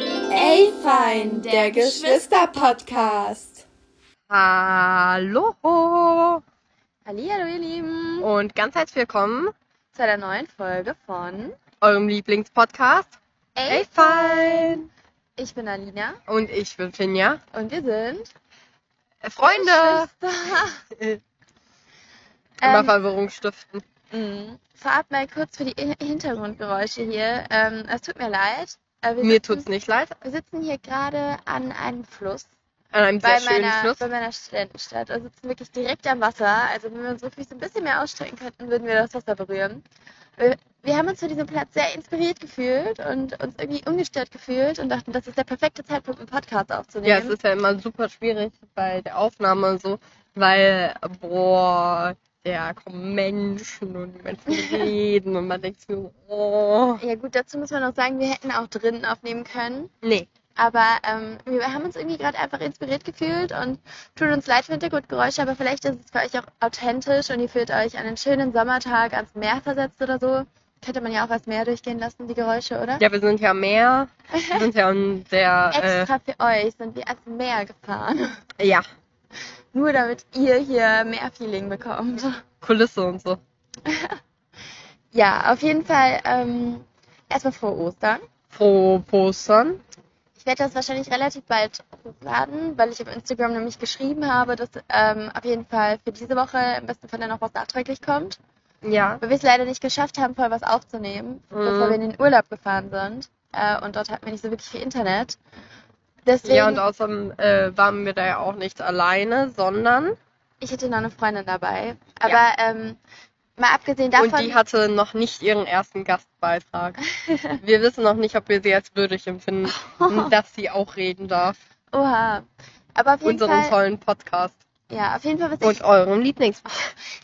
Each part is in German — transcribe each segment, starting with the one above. Wie fein, der Geschwister-Podcast. Hallo Hallihallo, ihr Lieben, und ganz herzlich willkommen zu einer neuen Folge von eurem Lieblingspodcast. Hey, fein! Ich bin Alina Und ich bin Finja. und wir sind Äh, Freunde! Geschwister. Immer ähm, Verwirrung stiften. mh, Ähm, mm, vorab mal kurz für die I- Hintergrundgeräusche hier. Ähm, es tut mir leid. Äh, wir Mir sitzen, tut's nicht leid. Wir sitzen hier gerade an einem Fluss An einem sehr bei schönen meiner, Fluss. bei meiner Studentenstadt. Wir sitzen wirklich direkt am Wasser. Also wenn wir unsere Füße ein bisschen mehr ausstrecken könnten, würden wir das Wasser berühren. Wir, wir haben uns für diesen Platz sehr inspiriert gefühlt und uns irgendwie ungestört gefühlt und dachten, das ist der perfekte Zeitpunkt, einen Podcast aufzunehmen. Ja, es ist ja immer super schwierig bei der Aufnahme und so, weil, boah, ja, kommen Menschen und die Menschen reden und man denkt sich, oh, Ja gut, dazu muss man noch sagen, wir hätten auch drinnen aufnehmen können. nee. Aber ähm, wir haben uns irgendwie gerade einfach inspiriert gefühlt und tut uns leid für Hintergrundgeräusche, aber vielleicht ist es für euch auch authentisch und ihr fühlt euch an einen schönen Sommertag ans Meer versetzt oder so. Könnte man ja auch als Meer durchgehen lassen, die Geräusche, oder? Ja, äh. wir sind ja mehr. Wir sind ja ein sehr, Extra für euch sind wir ans Meer gefahren. äh, ja, Nur damit ihr hier mehr Feeling bekommt. Kulisse und so. Ja, auf jeden Fall ähm, erstmal frohe Ostern. Frohe Postern. Ich werde das wahrscheinlich relativ bald hochladen, weil ich auf Instagram nämlich geschrieben habe, dass ähm, auf jeden Fall für diese Woche im besten Fall dann noch was nachträglich kommt. Ja. Weil wir es leider nicht geschafft haben, vorher was aufzunehmen, Mhm. bevor wir in den Urlaub gefahren sind. Äh, und dort hatten wir nicht so wirklich viel Internet. Deswegen, Ja, und außerdem äh, waren wir da ja auch nicht alleine, sondern. ich hätte noch eine Freundin dabei. Aber Ja. ähm, mal abgesehen davon, Und die hatte noch nicht ihren ersten Gastbeitrag. wir wissen noch nicht, ob wir sie als würdig empfinden, dass sie auch reden darf. oha. Aber auf jeden Unseren Fall, tollen Podcast. ja, auf jeden Fall, was ich Und eurem Lieblings.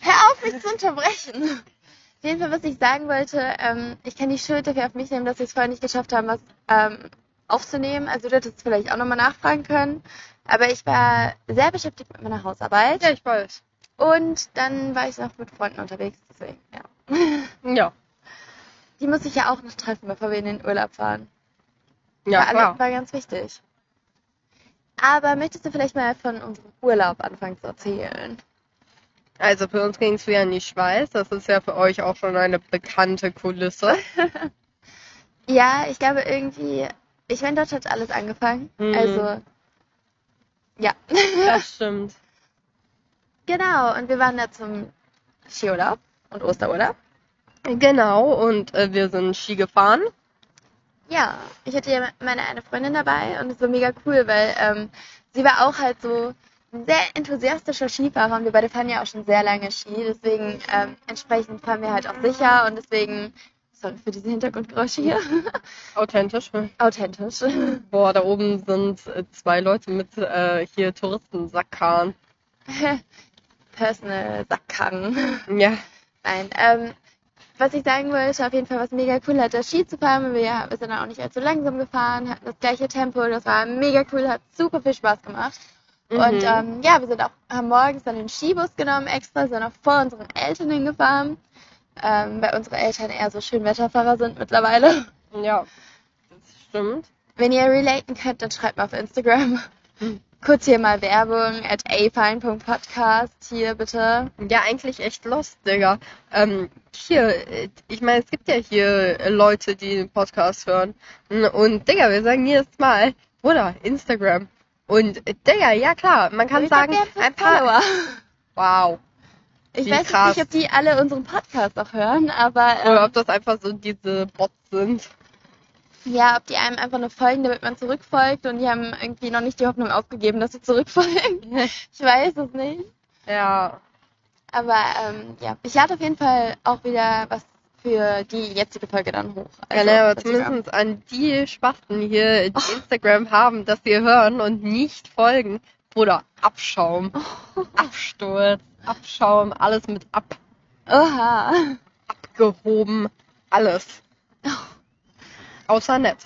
Hör auf, mich zu unterbrechen. Auf jeden Fall, was ich sagen wollte, ähm, ich kann die Schuld dafür auf mich nehmen, dass wir es vorher nicht geschafft haben, was ähm, aufzunehmen. Also du hättest vielleicht auch nochmal nachfragen können. Aber ich war sehr beschäftigt mit meiner Hausarbeit. Ja, ich weiß. Und dann war ich noch mit Freunden unterwegs. Deswegen, ja. Ja. Die muss ich ja auch noch treffen, bevor wir in den Urlaub fahren. Ja, war, klar. war ganz wichtig. Aber möchtest du vielleicht mal von unserem Urlaub anfangen zu erzählen? Also für uns ging es wieder in die Schweiz. Das ist ja für euch auch schon eine bekannte Kulisse. Ja, ich glaube irgendwie, ich meine, dort hat alles angefangen. Mhm. Also, ja, Das stimmt. genau. Und wir waren da zum Skiurlaub und Osterurlaub. Genau, und äh, wir sind Ski gefahren. Ja, ich hatte ja meine eine Freundin dabei und es war mega cool, weil ähm, sie war auch halt so ein sehr enthusiastischer Skifahrer und wir beide fahren ja auch schon sehr lange Ski. Deswegen ähm, entsprechend fahren wir halt auch sicher und deswegen, sorry für diese Hintergrundgeräusche hier, Authentisch. authentisch. Boah, da oben sind äh, zwei Leute mit äh, hier Touristensackkarren. Personal Sackkarren. Ja, Nein, ähm, was ich sagen wollte, auf jeden Fall was mega cool hat, das Ski zu fahren, weil wir sind dann auch nicht allzu langsam gefahren, hatten das gleiche Tempo, das war mega cool, hat super viel Spaß gemacht. Mhm. Und ähm, ja, wir sind auch, haben morgens dann den Skibus genommen extra, sind auch vor unseren Eltern hingefahren, ähm, weil unsere Eltern eher so Schönwetterfahrer sind mittlerweile. ja, das stimmt. Wenn ihr relaten könnt, dann schreibt mal auf Instagram. Mhm. Kurz hier mal Werbung at afine.podcast hier bitte. Ja, eigentlich echt lost, Digga. Ähm, hier, äh, ich meine, es gibt ja hier äh, Leute, die den Podcast hören. N- Und Digga, wir sagen jedes Mal, Bruder, Instagram. Und äh, Digga, ja klar, man kann Ich glaub, sagen, wir haben fünf ein paar. Follower. Wow. Ich Wie weiß jetzt krass. nicht, ob die alle unseren Podcast auch hören, aber ähm, Oder ob das einfach so diese Bots sind. ja, ob die einem einfach nur folgen, damit man zurückfolgt und die haben irgendwie noch nicht die Hoffnung aufgegeben, dass sie zurückfolgen. Ich weiß es nicht. Ja. Aber ähm, ja, ich lade auf jeden Fall auch wieder was für die jetzige Folge dann hoch. Ja, Also, ne, aber was wir haben. zumindest an die Spasten hier, die Instagram haben, dass sie hören und nicht folgen. Bruder, Abschaum, Absturz, Abschaum, alles mit ab, Oha. abgehoben, alles. Außer nett.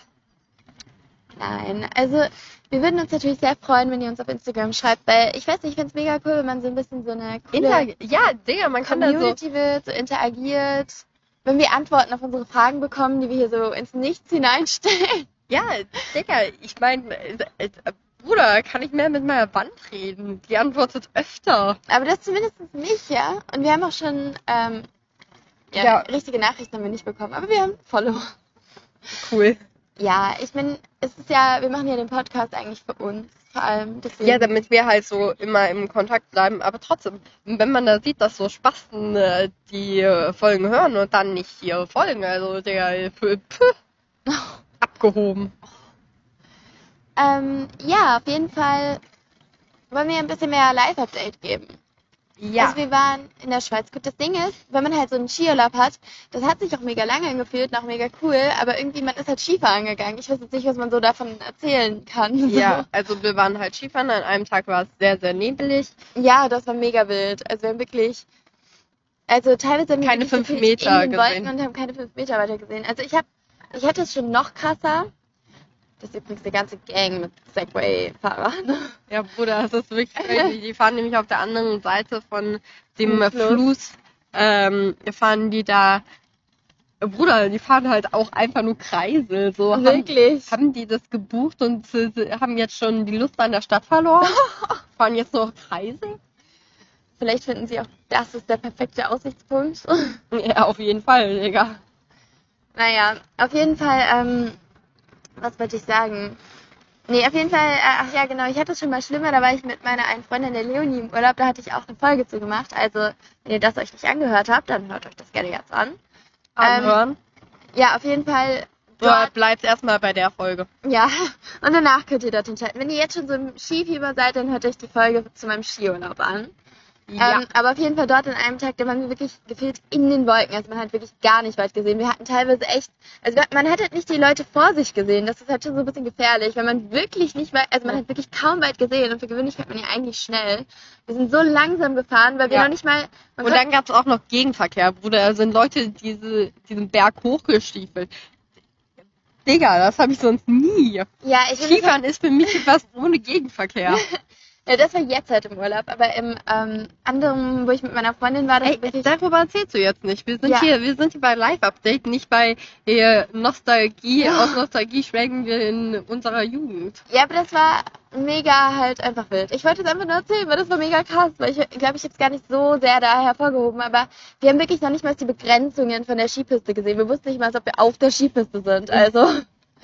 Nein, also wir würden uns natürlich sehr freuen, wenn ihr uns auf Instagram schreibt, weil ich weiß nicht, ich finde es mega cool, wenn man so ein bisschen so eine coole Inter ja, Digga, man kann da so. Community wird, so interagiert. Wenn wir Antworten auf unsere Fragen bekommen, die wir hier so ins Nichts hineinstellen. Ja, Digga, ich meine, äh, äh, Bruder, kann ich mehr mit meiner Wand reden? Die antwortet öfter. Aber das zumindest nicht, ja. Und wir haben auch schon ähm, ja, Ja. richtige Nachrichten haben wir nicht bekommen, aber wir haben Follow. Cool. Ja, ich bin, es ist ja, wir machen ja den Podcast eigentlich für uns, vor allem deswegen. Ja, damit wir halt so immer im Kontakt bleiben. Aber trotzdem, wenn man da sieht, dass so Spasten äh, die äh, Folgen hören und dann nicht hier folgen, also Digga, p- p- abgehoben. ähm, ja, auf jeden Fall wollen wir ein bisschen mehr Live-Update geben. Ja. Also wir waren in der Schweiz. Gut, das Ding ist, wenn man halt so einen Skiurlaub hat, das hat sich auch mega lange angefühlt, noch mega cool, aber irgendwie, man ist halt Skifahren gegangen. Ich weiß jetzt nicht, was man so davon erzählen kann. Ja, also wir waren halt Skifahren. An einem Tag war es sehr, sehr nebelig. Ja, das war mega wild. Also wir haben wirklich, also teilweise haben wir Keine wirklich so fünf viel Meter in den gesehen. Wolken und haben keine fünf Meter weiter gesehen. Also ich habe, ich hatte es schon noch krasser. Das ist übrigens die ganze Gang mit Segway-Fahrern. Ja, Bruder, das ist wirklich crazy. Die fahren nämlich auf der anderen Seite von dem Fluss. Fluss. Ähm, fahren die da. Bruder, die fahren halt auch einfach nur Kreisel. So haben, Wirklich. haben die das gebucht und äh, haben jetzt schon die Lust an der Stadt verloren? fahren jetzt nur noch Kreisel? Vielleicht finden sie auch, das ist der perfekte Aussichtspunkt. Ja, auf jeden Fall, Digga. Naja, auf jeden Fall, ähm, was wollte ich sagen? Nee, auf jeden Fall, äh, ach ja, genau, ich hatte es schon mal schlimmer, da war ich mit meiner einen Freundin, der Leonie, im Urlaub, da hatte ich auch eine Folge zu gemacht. Also, wenn ihr das euch nicht angehört habt, dann hört euch das gerne jetzt an. Anhören. Ja, auf jeden Fall Oder Ähm, dort, bleibt erstmal bei der Folge. ja, und danach könnt ihr dort entscheiden. Wenn ihr jetzt schon so im Skifieber seid, dann hört euch die Folge zu meinem Skiurlaub an. Ja. Ähm, aber auf jeden Fall dort an einem Tag, da waren wir wirklich gefühlt in den Wolken. Also man hat wirklich gar nicht weit gesehen. Wir hatten teilweise echt, also wir- man hat halt nicht die Leute vor sich gesehen. Das ist halt schon so ein bisschen gefährlich, weil man wirklich nicht weit, also man hat wirklich kaum weit gesehen und für gewöhnlich fährt man ja eigentlich schnell. Wir sind so langsam gefahren, weil wir Ja. noch nicht mal, man Und dann gab es auch noch Gegenverkehr, Bruder. Da sind Leute diese, diesen Berg hochgestiefelt. Digga, das habe ich sonst nie. konnte- ja, ich will Skifahren ist für mich etwas ohne Gegenverkehr. Ja, das war jetzt halt im Urlaub, aber im ähm, anderen, wo ich mit meiner Freundin war, das Ey, war wirklich, darüber erzählst du jetzt nicht. Wir sind Ja. hier, wir sind hier bei Live-Update, nicht bei äh, Nostalgie. Aus Nostalgie schwelgen wir in unserer Jugend. ja, aber das war mega halt einfach wild. Ich wollte es einfach nur erzählen, weil das war mega krass, weil ich glaube, ich habe es gar nicht so sehr da hervorgehoben, aber wir haben wirklich noch nicht mal die Begrenzungen von der Skipiste gesehen. Wir wussten nicht mal, ob wir auf der Skipiste sind, also.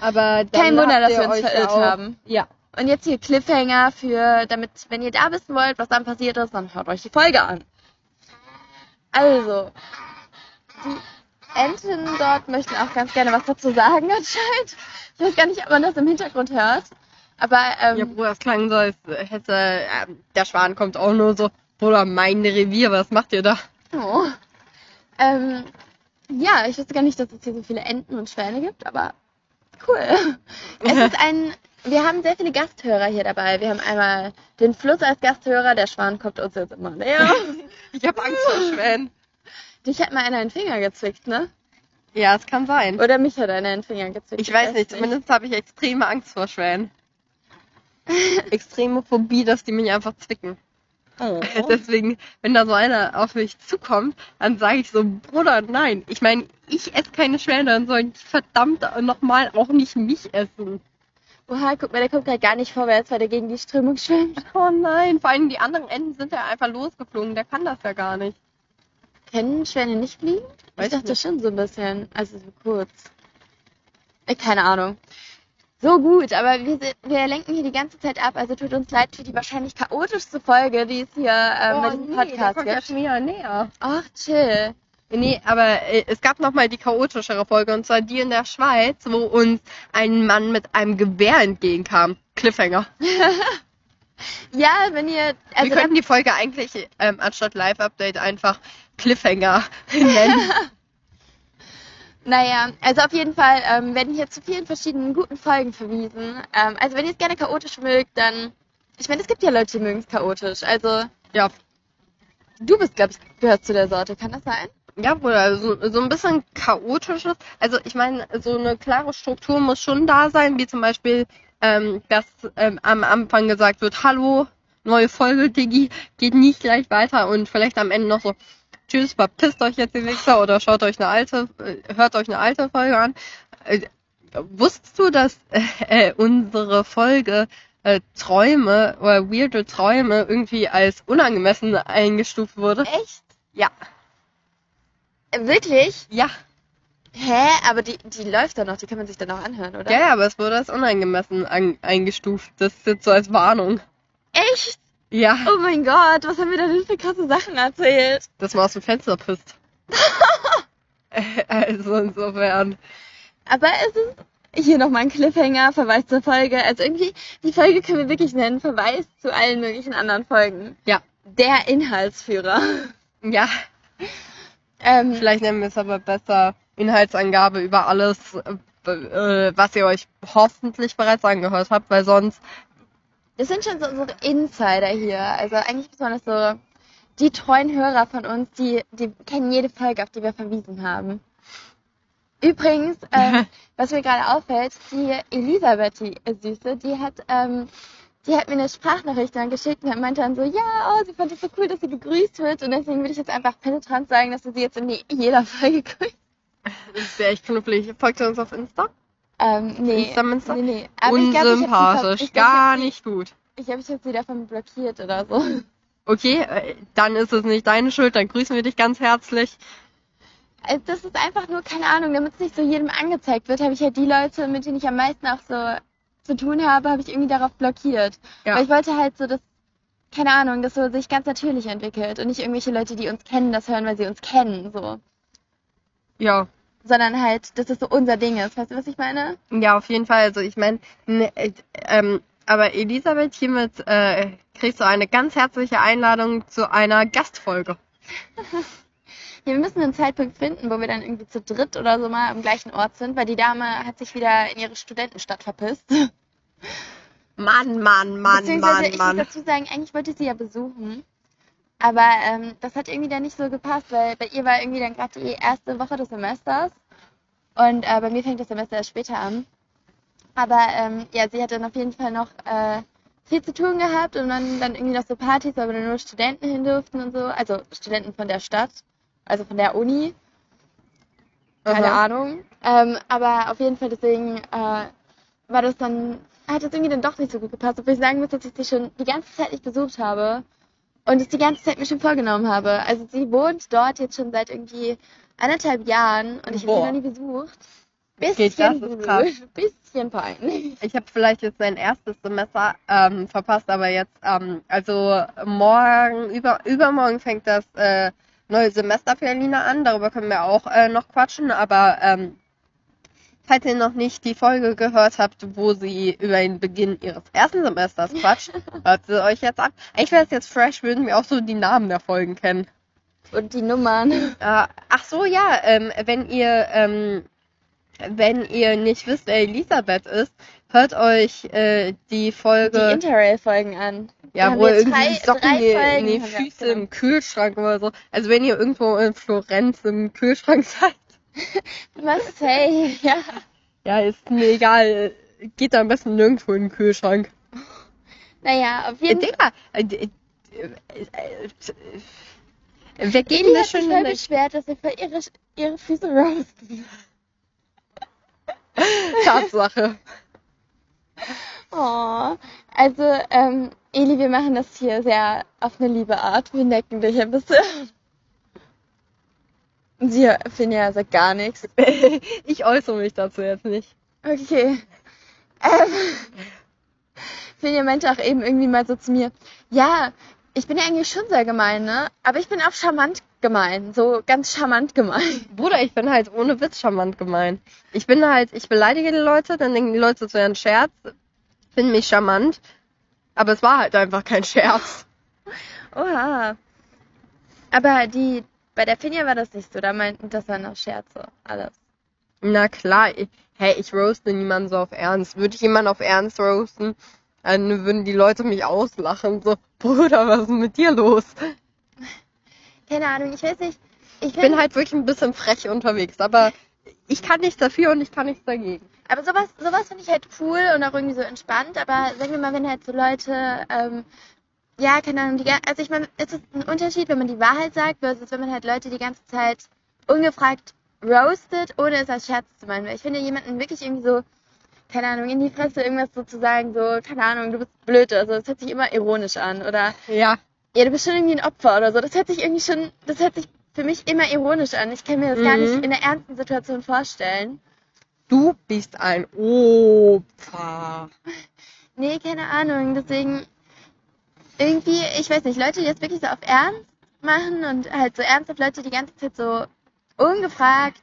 Aber Kein Wunder, dass wir uns verirrt haben. Ja. Und jetzt hier Cliffhanger für, damit, wenn ihr da wissen wollt, was dann passiert ist, dann hört euch die Folge an. Also, die Enten dort möchten auch ganz gerne was dazu sagen anscheinend. Ich weiß gar nicht, ob man das im Hintergrund hört. Aber Ja, ähm, Bruder, es klang so, als hätte äh, der Schwan kommt auch nur so. Bruder, mein Revier, was macht ihr da? oh. ähm, ja, ich wusste gar nicht, dass es hier so viele Enten und Schwäne gibt, aber cool. Es ist ein, wir haben sehr viele Gasthörer hier dabei. Wir haben einmal den Fluss als Gasthörer, der Schwan kommt uns jetzt immer näher. Ich habe Angst vor Schwänen. Dich hat mal einer einen Finger gezwickt, ne? Ja, es kann sein. Oder mich hat einer einen Finger gezwickt. Ich weiß nicht, zumindest habe ich extreme Angst vor Schwänen. Extreme Phobie, dass die mich einfach zwicken. Oh. Deswegen, wenn da so einer auf mich zukommt, dann sage ich so, Bruder, nein. Ich meine, ich esse keine Schwäne, dann sollen die verdammt nochmal auch nicht mich essen. Oha, guck mal, der kommt gerade gar nicht vorwärts, weil der gegen die Strömung schwimmt. Oh nein, vor allem die anderen Enden sind ja einfach losgeflogen, der kann das ja gar nicht. Können Schwäne nicht fliegen? Weiß ich dachte nicht. schon so ein bisschen. Also so kurz. Äh, Keine Ahnung. So gut, aber wir, se- wir lenken hier die ganze Zeit ab. Also tut uns leid für die wahrscheinlich chaotischste Folge, die es hier äh, bei diesem Oh der Podcast kommt ja gibt. schon wieder näher. Ach, chill. Nee, aber äh, es gab nochmal die chaotischere Folge, und zwar die in der Schweiz, wo uns ein Mann mit einem Gewehr entgegenkam. Cliffhanger. Ja, wenn ihr... Also Wir könnten die Folge eigentlich ähm, anstatt Live-Update einfach Cliffhanger nennen. Naja, also auf jeden Fall ähm, werden hier zu vielen verschiedenen guten Folgen verwiesen. Ähm, also wenn ihr es gerne chaotisch mögt, dann... Ich meine, es gibt ja Leute, die mögen es chaotisch. Also ja, du bist, glaube ich, gehörst zu der Sorte. Kann das sein? Ja, Bruder, so, so ein bisschen chaotisches. Also ich meine, so eine klare Struktur muss schon da sein, wie zum Beispiel, ähm, dass ähm, am Anfang gesagt wird, hallo, neue Folge, Diggi, geht nicht gleich weiter und vielleicht am Ende noch so, tschüss, verpisst euch jetzt die Wichser oder schaut euch eine alte, äh, hört euch eine alte Folge an. Äh, wusstest du, dass äh, unsere Folge äh, Träume oder weirde Träume irgendwie als unangemessen eingestuft wurde? Echt? Ja. Wirklich? Ja. Hä? Aber die, die läuft dann noch, die kann man sich dann auch anhören, oder? Ja, ja, aber es wurde als unangemessen an, eingestuft. Das ist jetzt so als Warnung. Echt? Ja, Oh mein Gott, was haben wir da denn für krasse Sachen erzählt? dass man aus dem Fenster pisst. Äh, also insofern. Aber es ist hier nochmal ein Cliffhanger, Verweis zur Folge. Also irgendwie, die Folge können wir wirklich nennen, Verweis zu allen möglichen anderen Folgen. Ja. Der Inhaltsführer. Ja, Ähm, vielleicht nennen wir es aber besser Inhaltsangabe über alles, äh, äh, was ihr euch hoffentlich bereits angehört habt, weil sonst das sind schon so unsere Insider hier. Also eigentlich muss man das so, die treuen Hörer von uns, die, die kennen jede Folge, auf die wir verwiesen haben. Übrigens, ähm, was mir gerade auffällt, die Elisabeth, die Süße, die hat, ähm, die hat mir eine Sprachnachricht dann geschickt und hat- meinte dann so, ja, oh, sie fand es so cool, dass sie gegrüßt wird und deswegen würde ich jetzt einfach penetrant sagen, dass wir sie jetzt in die, jeder Folge grüßt. wäre echt knufflig. Folgt ihr uns auf Insta? Ähm, nee, Insta-Minster? nee, nee. Aber ich glaub, ich hab sie ver- Unsympathisch, ich glaub, ich hab gar sie- nicht gut. Ich glaube, ich habe sie davon blockiert oder so. Okay, äh, dann ist es nicht deine Schuld, dann grüßen wir dich ganz herzlich. Also Das ist einfach nur, keine Ahnung, damit es nicht so jedem angezeigt wird, habe ich halt die Leute, mit denen ich am meisten auch so zu tun habe, habe ich irgendwie darauf blockiert. Ja. Weil ich wollte halt so, dass, keine Ahnung, das so sich ganz natürlich entwickelt und nicht irgendwelche Leute, die uns kennen, das hören, weil sie uns kennen, so. Ja, Sondern halt, dass das so unser Ding ist. Weißt du, was ich meine? ja, auf jeden Fall. Also ich meine, ne, äh, ähm, aber Elisabeth, hiermit äh, kriegst du eine ganz herzliche Einladung zu einer Gastfolge. Ja, wir müssen einen Zeitpunkt finden, wo wir dann irgendwie zu dritt oder so mal am gleichen Ort sind, weil die Dame hat sich wieder in ihre Studentenstadt verpisst. Mann, Mann, Mann, Beziehungsweise Mann, ich muss Mann. dazu sagen, eigentlich wollte ich sie ja besuchen. Aber ähm, das hat irgendwie dann nicht so gepasst, weil bei ihr war irgendwie dann gerade die erste Woche des Semesters. Und äh, bei mir fängt das Semester erst später an. Aber ähm, ja, sie hat dann auf jeden Fall noch äh, viel zu tun gehabt und dann, dann irgendwie noch so Partys, weil wir nur Studenten hin durften und so. Also Studenten von der Stadt, also von der Uni. Keine Aha. Ahnung. Ähm, aber auf jeden Fall deswegen äh, war das dann, hat das irgendwie dann doch nicht so gut gepasst, obwohl ich sagen muss, dass ich sie schon die ganze Zeit nicht besucht habe und es die ganze Zeit mir schon vorgenommen habe. Also sie wohnt dort jetzt schon seit irgendwie anderthalb Jahren und ich habe sie Boah. noch nie besucht. Geht, das Bisschen, ist blöd, krass. bisschen peinlich. Ich habe vielleicht jetzt mein erstes Semester ähm, verpasst, aber jetzt, ähm, also morgen, über, übermorgen fängt das äh, neue Semester für Alina an. Darüber können wir auch äh, noch quatschen. Aber ähm, falls ihr noch nicht die Folge gehört habt, wo sie über den Beginn ihres ersten Semesters quatscht, hört sie euch jetzt an. Eigentlich wäre es jetzt fresh, würden wir auch so die Namen der Folgen kennen. Und die Nummern. Äh, ach so, ja, ähm, wenn ihr, ähm, wenn ihr nicht wisst, wer Elisabeth ist, hört euch äh, die Die Folge, Interrail-Folgen an. ja, haben wo wir ihr irgendwie drei- die Socken in- drei in Folgen die haben wir Füße aufgenommen. im Kühlschrank oder so. Also wenn ihr irgendwo in Florenz im Kühlschrank seid, Marseille, ja. ja, ist mir egal, geht am besten nirgendwo in den Kühlschrank. Naja, auf Äh, jeden Fall. Digga, äh, d- äh, äh, äh, wir gehen Die da hat sich schon voll in beschwert, dass sie für ihre, ihre Füße roasten. der Tatsache. Oh, also, ähm, Eli, wir machen das hier sehr auf eine liebe Art. Wir necken dich ein bisschen. Sie, Finja, sagt gar nichts. Ich äußere mich dazu jetzt nicht. Okay. Ähm, Finja meinte auch eben irgendwie mal so zu mir, ja, ich bin ja eigentlich schon sehr gemein, ne? Aber ich bin auch charmant gemein. So ganz charmant gemein. Bruder, ich bin halt ohne Witz charmant gemein. Ich bin halt, ich beleidige die Leute, dann denken die Leute, es wäre ein Scherz, finden mich charmant, aber es war halt einfach kein Scherz. Oha. Aber die, bei der Finja war das nicht so. Da meinten, das waren noch Scherze. Alles. Na klar, ich, hey, ich roaste niemanden so auf Ernst. Würde ich jemanden auf Ernst roasten, dann würden die Leute mich auslachen. So, Bruder, was ist denn mit dir los? Keine Ahnung, ich weiß nicht. Ich Ich bin halt wirklich ein bisschen frech unterwegs, aber ich kann nichts dafür und ich kann nichts dagegen. Aber sowas, sowas finde ich halt cool und auch irgendwie so entspannt. Aber sagen wir mal, wenn halt so Leute, ähm, ja, keine Ahnung, die, ga- also ich meine, es ist ein Unterschied, wenn man die Wahrheit sagt, versus wenn man halt Leute die ganze Zeit ungefragt roastet, ohne es als Scherz zu meinen. Weil ich finde, jemanden wirklich irgendwie so, keine Ahnung, in die Fresse irgendwas so zu sagen, so, keine Ahnung, du bist blöd oder so, das hört sich immer ironisch an. Oder, Ja. ja, du bist schon irgendwie ein Opfer oder so. Das hört sich irgendwie schon, das hört sich für mich immer ironisch an. Ich kann mir das gar Mhm. nicht in einer ernsten Situation vorstellen. Du bist ein Opfer. Nee, keine Ahnung. Deswegen irgendwie, ich weiß nicht, Leute, die das wirklich so auf Ernst machen und halt so ernsthaft Leute die ganze Zeit so ungefragt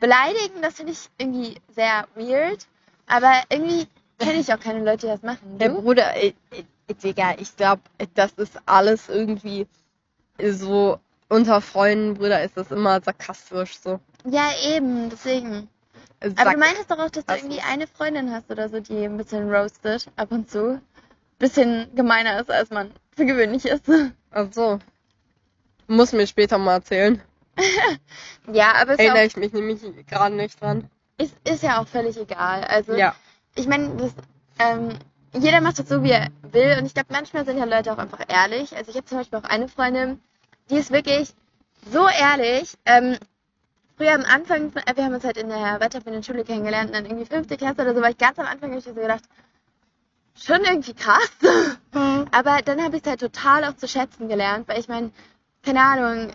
beleidigen, das finde ich irgendwie sehr weird. Aber irgendwie kenne ich auch keine Leute, die das machen. Der Du? Bruder, äh, äh, Digga, ich glaube, das ist alles irgendwie so unter Freunden, Brüder, ist das immer sarkastisch so. Äh, Ja, eben, deswegen. Aber du meintest doch auch, dass du Das irgendwie ist- eine Freundin hast oder so, die ein bisschen roastet ab und zu. Bisschen gemeiner ist, als man für gewöhnlich ist. Also, muss mir später mal erzählen. Ja, aber ist ja, Erinnere auch, ich mich nämlich gerade nicht dran. ist, ist ja auch völlig egal. Also, Ja. ich meine, das, ähm, jeder macht das so, wie er will. Und ich glaube, manchmal sind ja Leute auch einfach ehrlich. Also ich habe zum Beispiel auch eine Freundin, die ist wirklich so ehrlich. Ähm, früher am Anfang, von, äh, wir haben uns halt in der weiterführenden Schule kennengelernt und dann irgendwie fünfte Klasse oder so, war ich ganz am Anfang hab ich so gedacht, schon irgendwie krass. Aber dann habe ich es halt total auch zu schätzen gelernt, weil ich meine, keine Ahnung,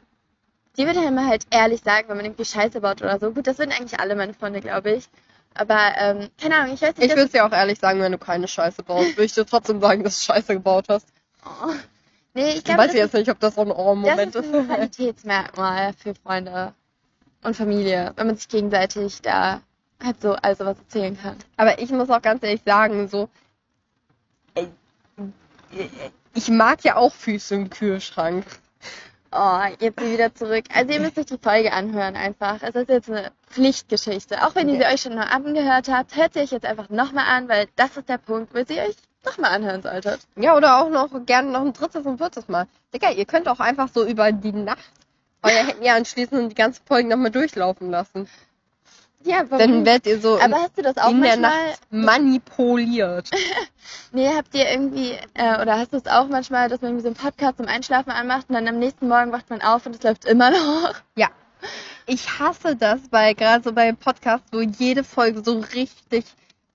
die würde ja immer halt ehrlich sagen, wenn man irgendwie Scheiße baut oder so. Gut, das würden eigentlich alle meine Freunde, glaube ich. Aber ähm, keine Ahnung, ich weiß nicht, Ich das- würde dir auch ehrlich sagen, wenn du keine Scheiße baust, würde ich dir trotzdem sagen, dass du Scheiße gebaut hast. Oh. Nee, ich Ich glaube, weiß das, jetzt ist- nicht, ob das so ein das Ohrmoment ist ist. ein Qualitätsmerkmal für Freunde und Familie, wenn man sich gegenseitig da halt so also was erzählen kann. Aber ich muss auch ganz ehrlich sagen, so, äh, äh, ich mag ja auch Füße im Kühlschrank. Oh, jetzt sind wir wieder zurück. Also ihr müsst euch die Folge anhören einfach. Es ist jetzt eine Pflichtgeschichte. Auch wenn ihr sie euch schon nur angehört habt, hört sie euch jetzt einfach nochmal an, weil das ist der Punkt, wo ihr sie euch nochmal anhören solltet. Ja, oder auch noch gerne noch ein drittes und viertes Mal. Digga, ihr könnt auch einfach so über die Nacht euer Handy anschließen und die ganzen Folgen nochmal durchlaufen lassen. Ja, Dann werdet ihr so Aber hast du das auch in der manchmal... Nacht manipuliert. Nee, habt ihr irgendwie, äh, oder hast du es auch manchmal, dass man irgendwie so einen Podcast zum Einschlafen anmacht und dann am nächsten Morgen wacht man auf und es läuft immer noch? Ich hasse das bei gerade so bei Podcasts, wo jede Folge so richtig,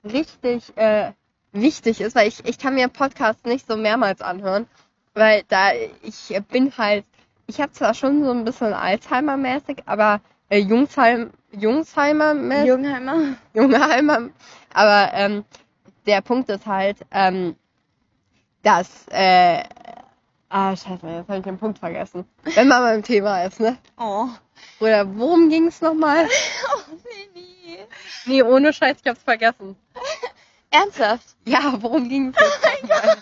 richtig äh, wichtig ist, weil ich, ich kann mir Podcasts nicht so mehrmals anhören, weil da ich bin halt, ich habe zwar schon so ein bisschen Alzheimer-mäßig, aber äh, Jungsheim, Jungsheimer-mäßig, Jungheimer. Jungsheimer, aber ähm, der Punkt ist halt, ähm, dass, äh, ah, scheiße, jetzt habe ich den Punkt vergessen. Wenn man beim Thema ist, ne? Oh. Oder worum ging es nochmal? Oh, Lili. Nee, ohne Scheiß, ich hab's vergessen. Ernsthaft? Ja, worum ging es jetzt nochmal?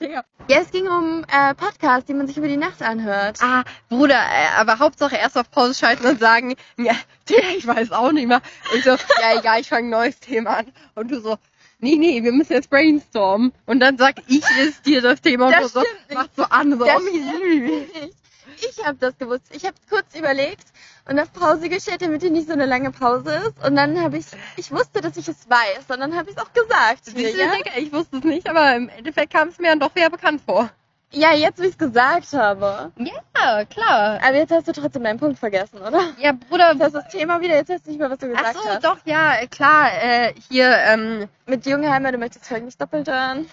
Digga. Ja, es ging um äh, Podcasts, die man sich über die Nacht anhört. Ah, Bruder, äh, aber Hauptsache erst auf Pause schalten und sagen, ja, Digga, ich weiß auch nicht mehr. Und ich so, ja, egal, ich fange ein neues Thema an. Und du so, nee, nee, wir müssen jetzt brainstormen. Und dann sag ich es dir das Thema und Das du so, stimmt nicht. machst so an, so, Das oh, wie stimmt süß. Ich, ich habe das gewusst. Ich habe kurz überlegt und auf Pause gestellt, damit die nicht so eine lange Pause ist. Und dann habe ich, ich wusste, dass ich es weiß und dann habe ich es auch gesagt. Siehst du, ja? Digga, ich wusste es nicht, aber im Endeffekt kam es mir dann doch sehr bekannt vor. ja, jetzt, wie ich es gesagt habe. Ja, klar. Aber jetzt hast du trotzdem deinen Punkt vergessen, oder? Ja, Bruder, Das ist das Thema wieder, jetzt weißt du nicht mehr, was du Ach gesagt so, hast. doch, ja, äh, klar. Äh, hier, ähm, Mit Jungheimer, du möchtest Folgen nicht doppelt hören.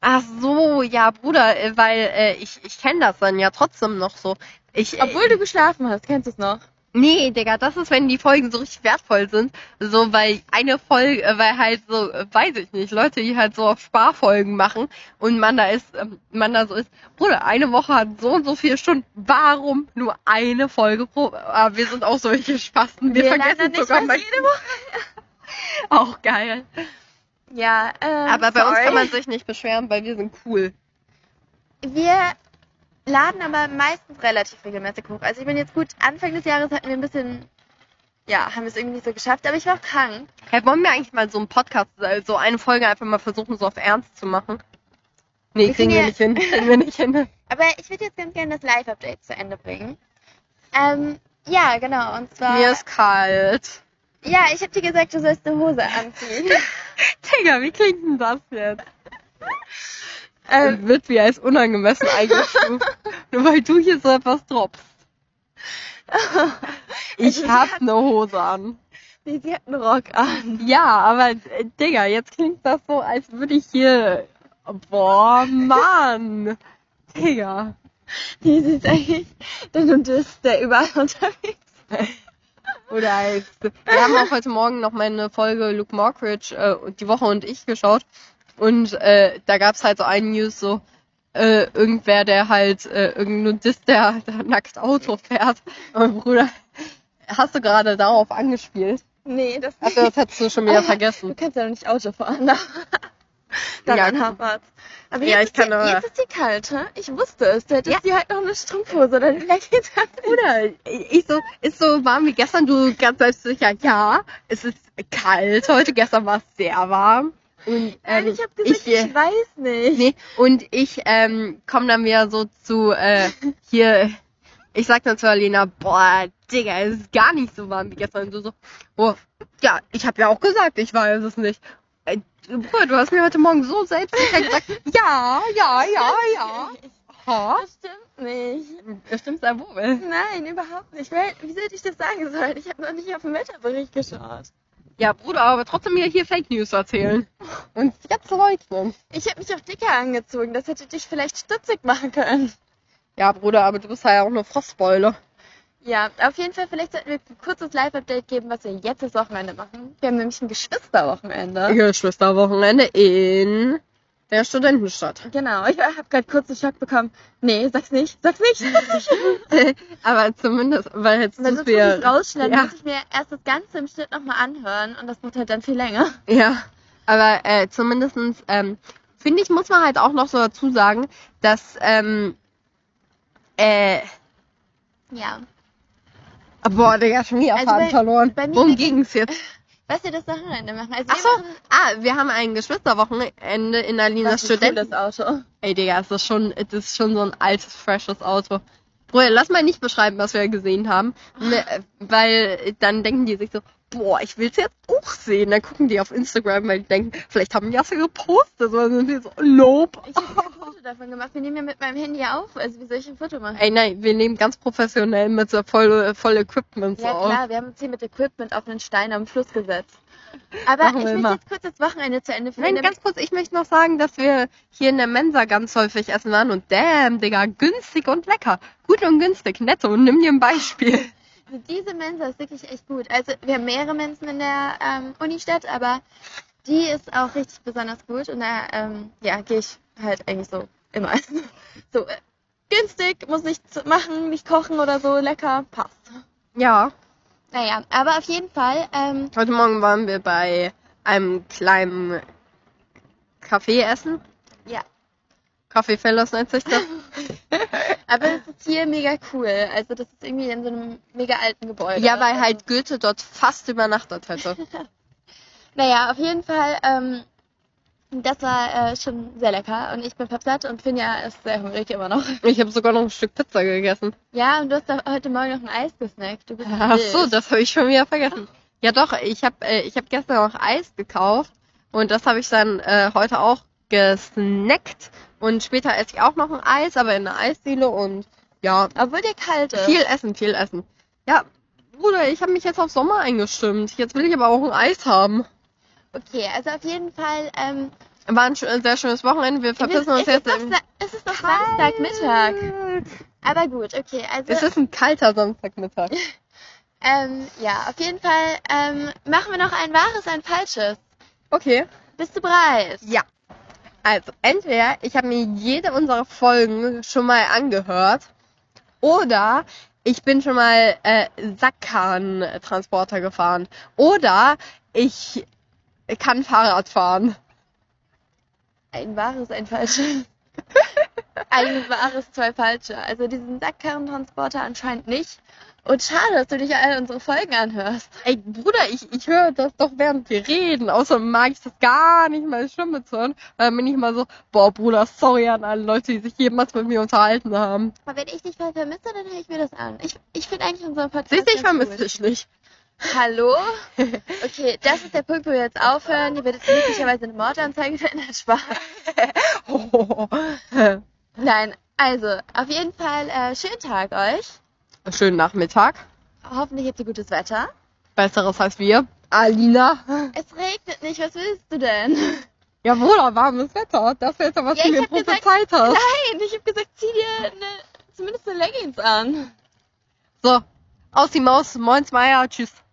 ach so, ja, Bruder, äh, weil äh, ich, ich kenne das dann ja trotzdem noch so. Ich, äh, Obwohl du geschlafen hast, kennst du es noch? nee, Digga, das ist, wenn die Folgen so richtig wertvoll sind. So, weil eine Folge, äh, weil halt so, äh, weiß ich nicht, Leute, die halt so auf Sparfolgen machen und man da ist, ähm, man da so ist, Bruder, eine Woche hat so und so viele Stunden. Warum nur eine Folge pro? Aber wir sind auch solche Spasten. Wir, vergessen sogar mal. Woche. Auch geil. Ja, äh, Aber bei uns sorry. kann man sich nicht beschweren, weil wir sind cool. Wir laden aber meistens relativ regelmäßig hoch. Also ich bin jetzt gut, Anfang des Jahres hatten wir ein bisschen, ja, haben wir es irgendwie nicht so geschafft, aber ich war auch krank. Hey, wollen wir eigentlich mal so einen Podcast, äh, so eine Folge einfach mal versuchen, so auf Ernst zu machen? Nee, Wir kriegen wir nicht hin. Kriegen wir nicht hin. Aber ich würde jetzt ganz gerne das Live-Update zu Ende bringen. Ähm, ja, genau, und zwar... Mir ist kalt. ja, ich habe dir gesagt, du sollst eine Hose anziehen. Digga, wie klingt denn das jetzt? Äh, ähm, Wird wie als unangemessen eingestuft. Nur weil du hier so etwas droppst. Ich hab ne Hose an. Nee, sie hat einen Rock an. Ja, aber äh, Digga, jetzt klingt das so, als würde ich hier. Boah, Mann! Digga. Nee, sie ist eigentlich der Nudist, der überall unterwegs Oder als. Wir haben auch heute Morgen noch meine Folge Luke Mockridge, äh, und die Woche und ich geschaut. Und äh, da gab's halt so einen News, so äh, irgendwer, der halt, äh, irgendein Nudist, der, der nackt Auto fährt. Und Bruder, hast du gerade darauf angespielt? Nee, das Also, das hättest du schon wieder vergessen. Du kannst ja noch nicht Auto fahren. ne? Daran Ja. hapert's. Aber Ja, jetzt, ich kann ist die, aber- jetzt ist die kalt, hä? Ich wusste es. Du hättest dir halt noch eine Strumpfhose oder eine Leggings anziehen. Bruder, ich so, ist so warm wie gestern, du ganz selbstsicher, ja, es ist kalt heute, gestern war es sehr warm. Und, ähm, Nein, ich habe gesagt, ich, äh, weiß nicht. nee, und ich ähm, komme dann wieder so zu, äh, hier, ich sag dann zu Alena, boah, Digga, es ist gar nicht so warm wie gestern. Und du so, oh, ja, ich habe ja auch gesagt, ich weiß es nicht. Äh, Bruder, du hast mir heute Morgen so selbstsicher gesagt, ja, ja, ja, ja. Ha? Das stimmt nicht. Bestimmt sein Wobel. Nein, überhaupt nicht. Weil, wie sollte ich das sagen sollen? Ich habe noch nicht auf den Wetterbericht geschaut. Ja, Bruder, aber trotzdem wieder hier Fake News erzählen. Und jetzt leugnen. Ich habe mich auch dicker angezogen. Das hätte dich vielleicht stutzig machen können. Ja, Bruder, aber du bist ja auch nur Frostbeule. Ja, auf jeden Fall, vielleicht sollten wir ein kurzes Live-Update geben, was wir jetzt das Wochenende machen. Wir haben nämlich ein Geschwisterwochenende. Geschwisterwochenende in der Studentenstadt. Genau, ich habe gerade kurz einen Schock bekommen. Nee, sag's nicht, sag's nicht. aber zumindest, weil jetzt Wenn sind sonst muss ich wir. rausschneiden, Ja. muss ich mir erst das Ganze im Schnitt nochmal anhören und das macht halt dann viel länger. Ja, aber äh, zumindestens, ähm, finde ich, muss man halt auch noch so dazu sagen, dass, ähm, äh, oh, Ja. boah, Digga, schon wieder Also Faden bei- verloren. bei mir- Worum ging's jetzt? Was wir das Wochenende machen. Also Ach wir so, machen ah, wir haben ein Geschwisterwochenende in Alinas das ist ein Studenten. cooles Auto. Ey, Digga, es ist schon, es ist schon so ein altes, freshes Auto. Bruder, lass mal nicht beschreiben, was wir gesehen haben. Ne, äh, weil dann denken die sich so, boah, ich will's jetzt auch sehen. Dann gucken die auf Instagram, weil die denken, vielleicht haben die das ja gepostet. Und dann sind die so, nope. Ich habe ein Foto davon gemacht. Wir nehmen ja mit meinem Handy auf. Also wie soll ich ein Foto machen? Ey, nein, wir nehmen ganz professionell mit so voll, voll Equipment so Ja auf. klar, wir haben uns hier mit Equipment auf einen Stein am Fluss gesetzt. Aber Machen wir ich möchte immer. jetzt kurz das Wochenende zu Ende führen. Nein, ganz kurz, ich möchte noch sagen, dass wir hier in der Mensa ganz häufig essen waren und damn, Digga, günstig und lecker. Gut und günstig, netto, nimm dir ein Beispiel. damit- Also diese Mensa ist wirklich echt gut. Also wir haben mehrere Mensen in der ähm, Unistadt, aber die ist auch richtig besonders gut. Und da ähm, ja, gehe ich halt eigentlich so immer. so äh, günstig, muss nichts machen, nicht kochen oder so, lecker, passt. Ja. Naja, aber auf jeden Fall, ähm, Heute Morgen waren wir bei einem kleinen Kaffee essen. ja, Kaffee Fellows nennt sich das. Aber es ist hier mega cool. Also das ist irgendwie in so einem mega alten Gebäude. ja, weil Also, halt Goethe dort fast übernachtet hätte. Naja, auf jeden Fall, ähm, das war äh, schon sehr lecker. Und ich bin pappsatt und Finja ist sehr hungrig immer noch. Ich habe sogar noch ein Stück Pizza gegessen. Ja, und du hast doch heute Morgen noch ein Eis gesnackt. Du bist Ach so, wild. das habe ich schon wieder vergessen. Ja doch, ich habe äh, ich hab gestern noch Eis gekauft und das habe ich dann äh, heute auch gesnackt. Und später esse ich auch noch ein Eis, aber in einer Eisdiele und ja, Obwohl dir kalt ist. viel essen, viel essen. Ja, Bruder, ich habe mich jetzt auf Sommer eingestimmt. Jetzt will ich aber auch ein Eis haben. Okay, also auf jeden Fall, ähm, War ein schö- sehr schönes Wochenende. Wir verpissen uns es, ist jetzt. doch, im- Sa- es ist doch Samstagmittag. Aber gut, okay, also... Es ist ein kalter Samstagmittag. Ähm, ja, auf jeden Fall ähm, machen wir noch ein wahres, ein falsches. Okay. Bist du bereit? Ja. Also, entweder ich habe mir jede unserer Folgen schon mal angehört oder ich bin schon mal äh, Sackkarren-Transporter gefahren oder ich kann Fahrrad fahren. Ein wahres, ein falsches. ein wahres, zwei falsche. Also diesen Sackkarrentransporter anscheinend nicht. Und schade, dass du nicht alle unsere Folgen anhörst. Ey, Bruder, ich, ich höre das doch, während wir reden. Außerdem mag ich das gar nicht, meine Stimme zu hören. Weil dann bin ich mal so, boah, Bruder, sorry an alle Leute, die sich jemals mit mir unterhalten haben. Aber wenn ich dich mal vermisse, dann höre ich mir das an. Ich, ich finde eigentlich unseren Podcast. Siehst du, ich ganz vermisse gut. dich nicht. Hallo? Okay, das ist der Punkt, wo wir jetzt aufhören. Hier wird jetzt möglicherweise eine Mordanzeige verändert. Spaß. Oh. Nein, also auf jeden Fall äh, schönen Tag euch. schönen Nachmittag. Hoffentlich habt ihr gutes Wetter. Besseres als wir. Alina. Es regnet nicht, was willst du denn? Ja, Bruder, warmes Wetter. Das ist jetzt aber, was Ja, du ich mir hab gesagt- prophezeit hast. Nein, ich habe gesagt, zieh dir eine, zumindest eine Leggings an. So, aus die Maus, moins Meier, tschüss.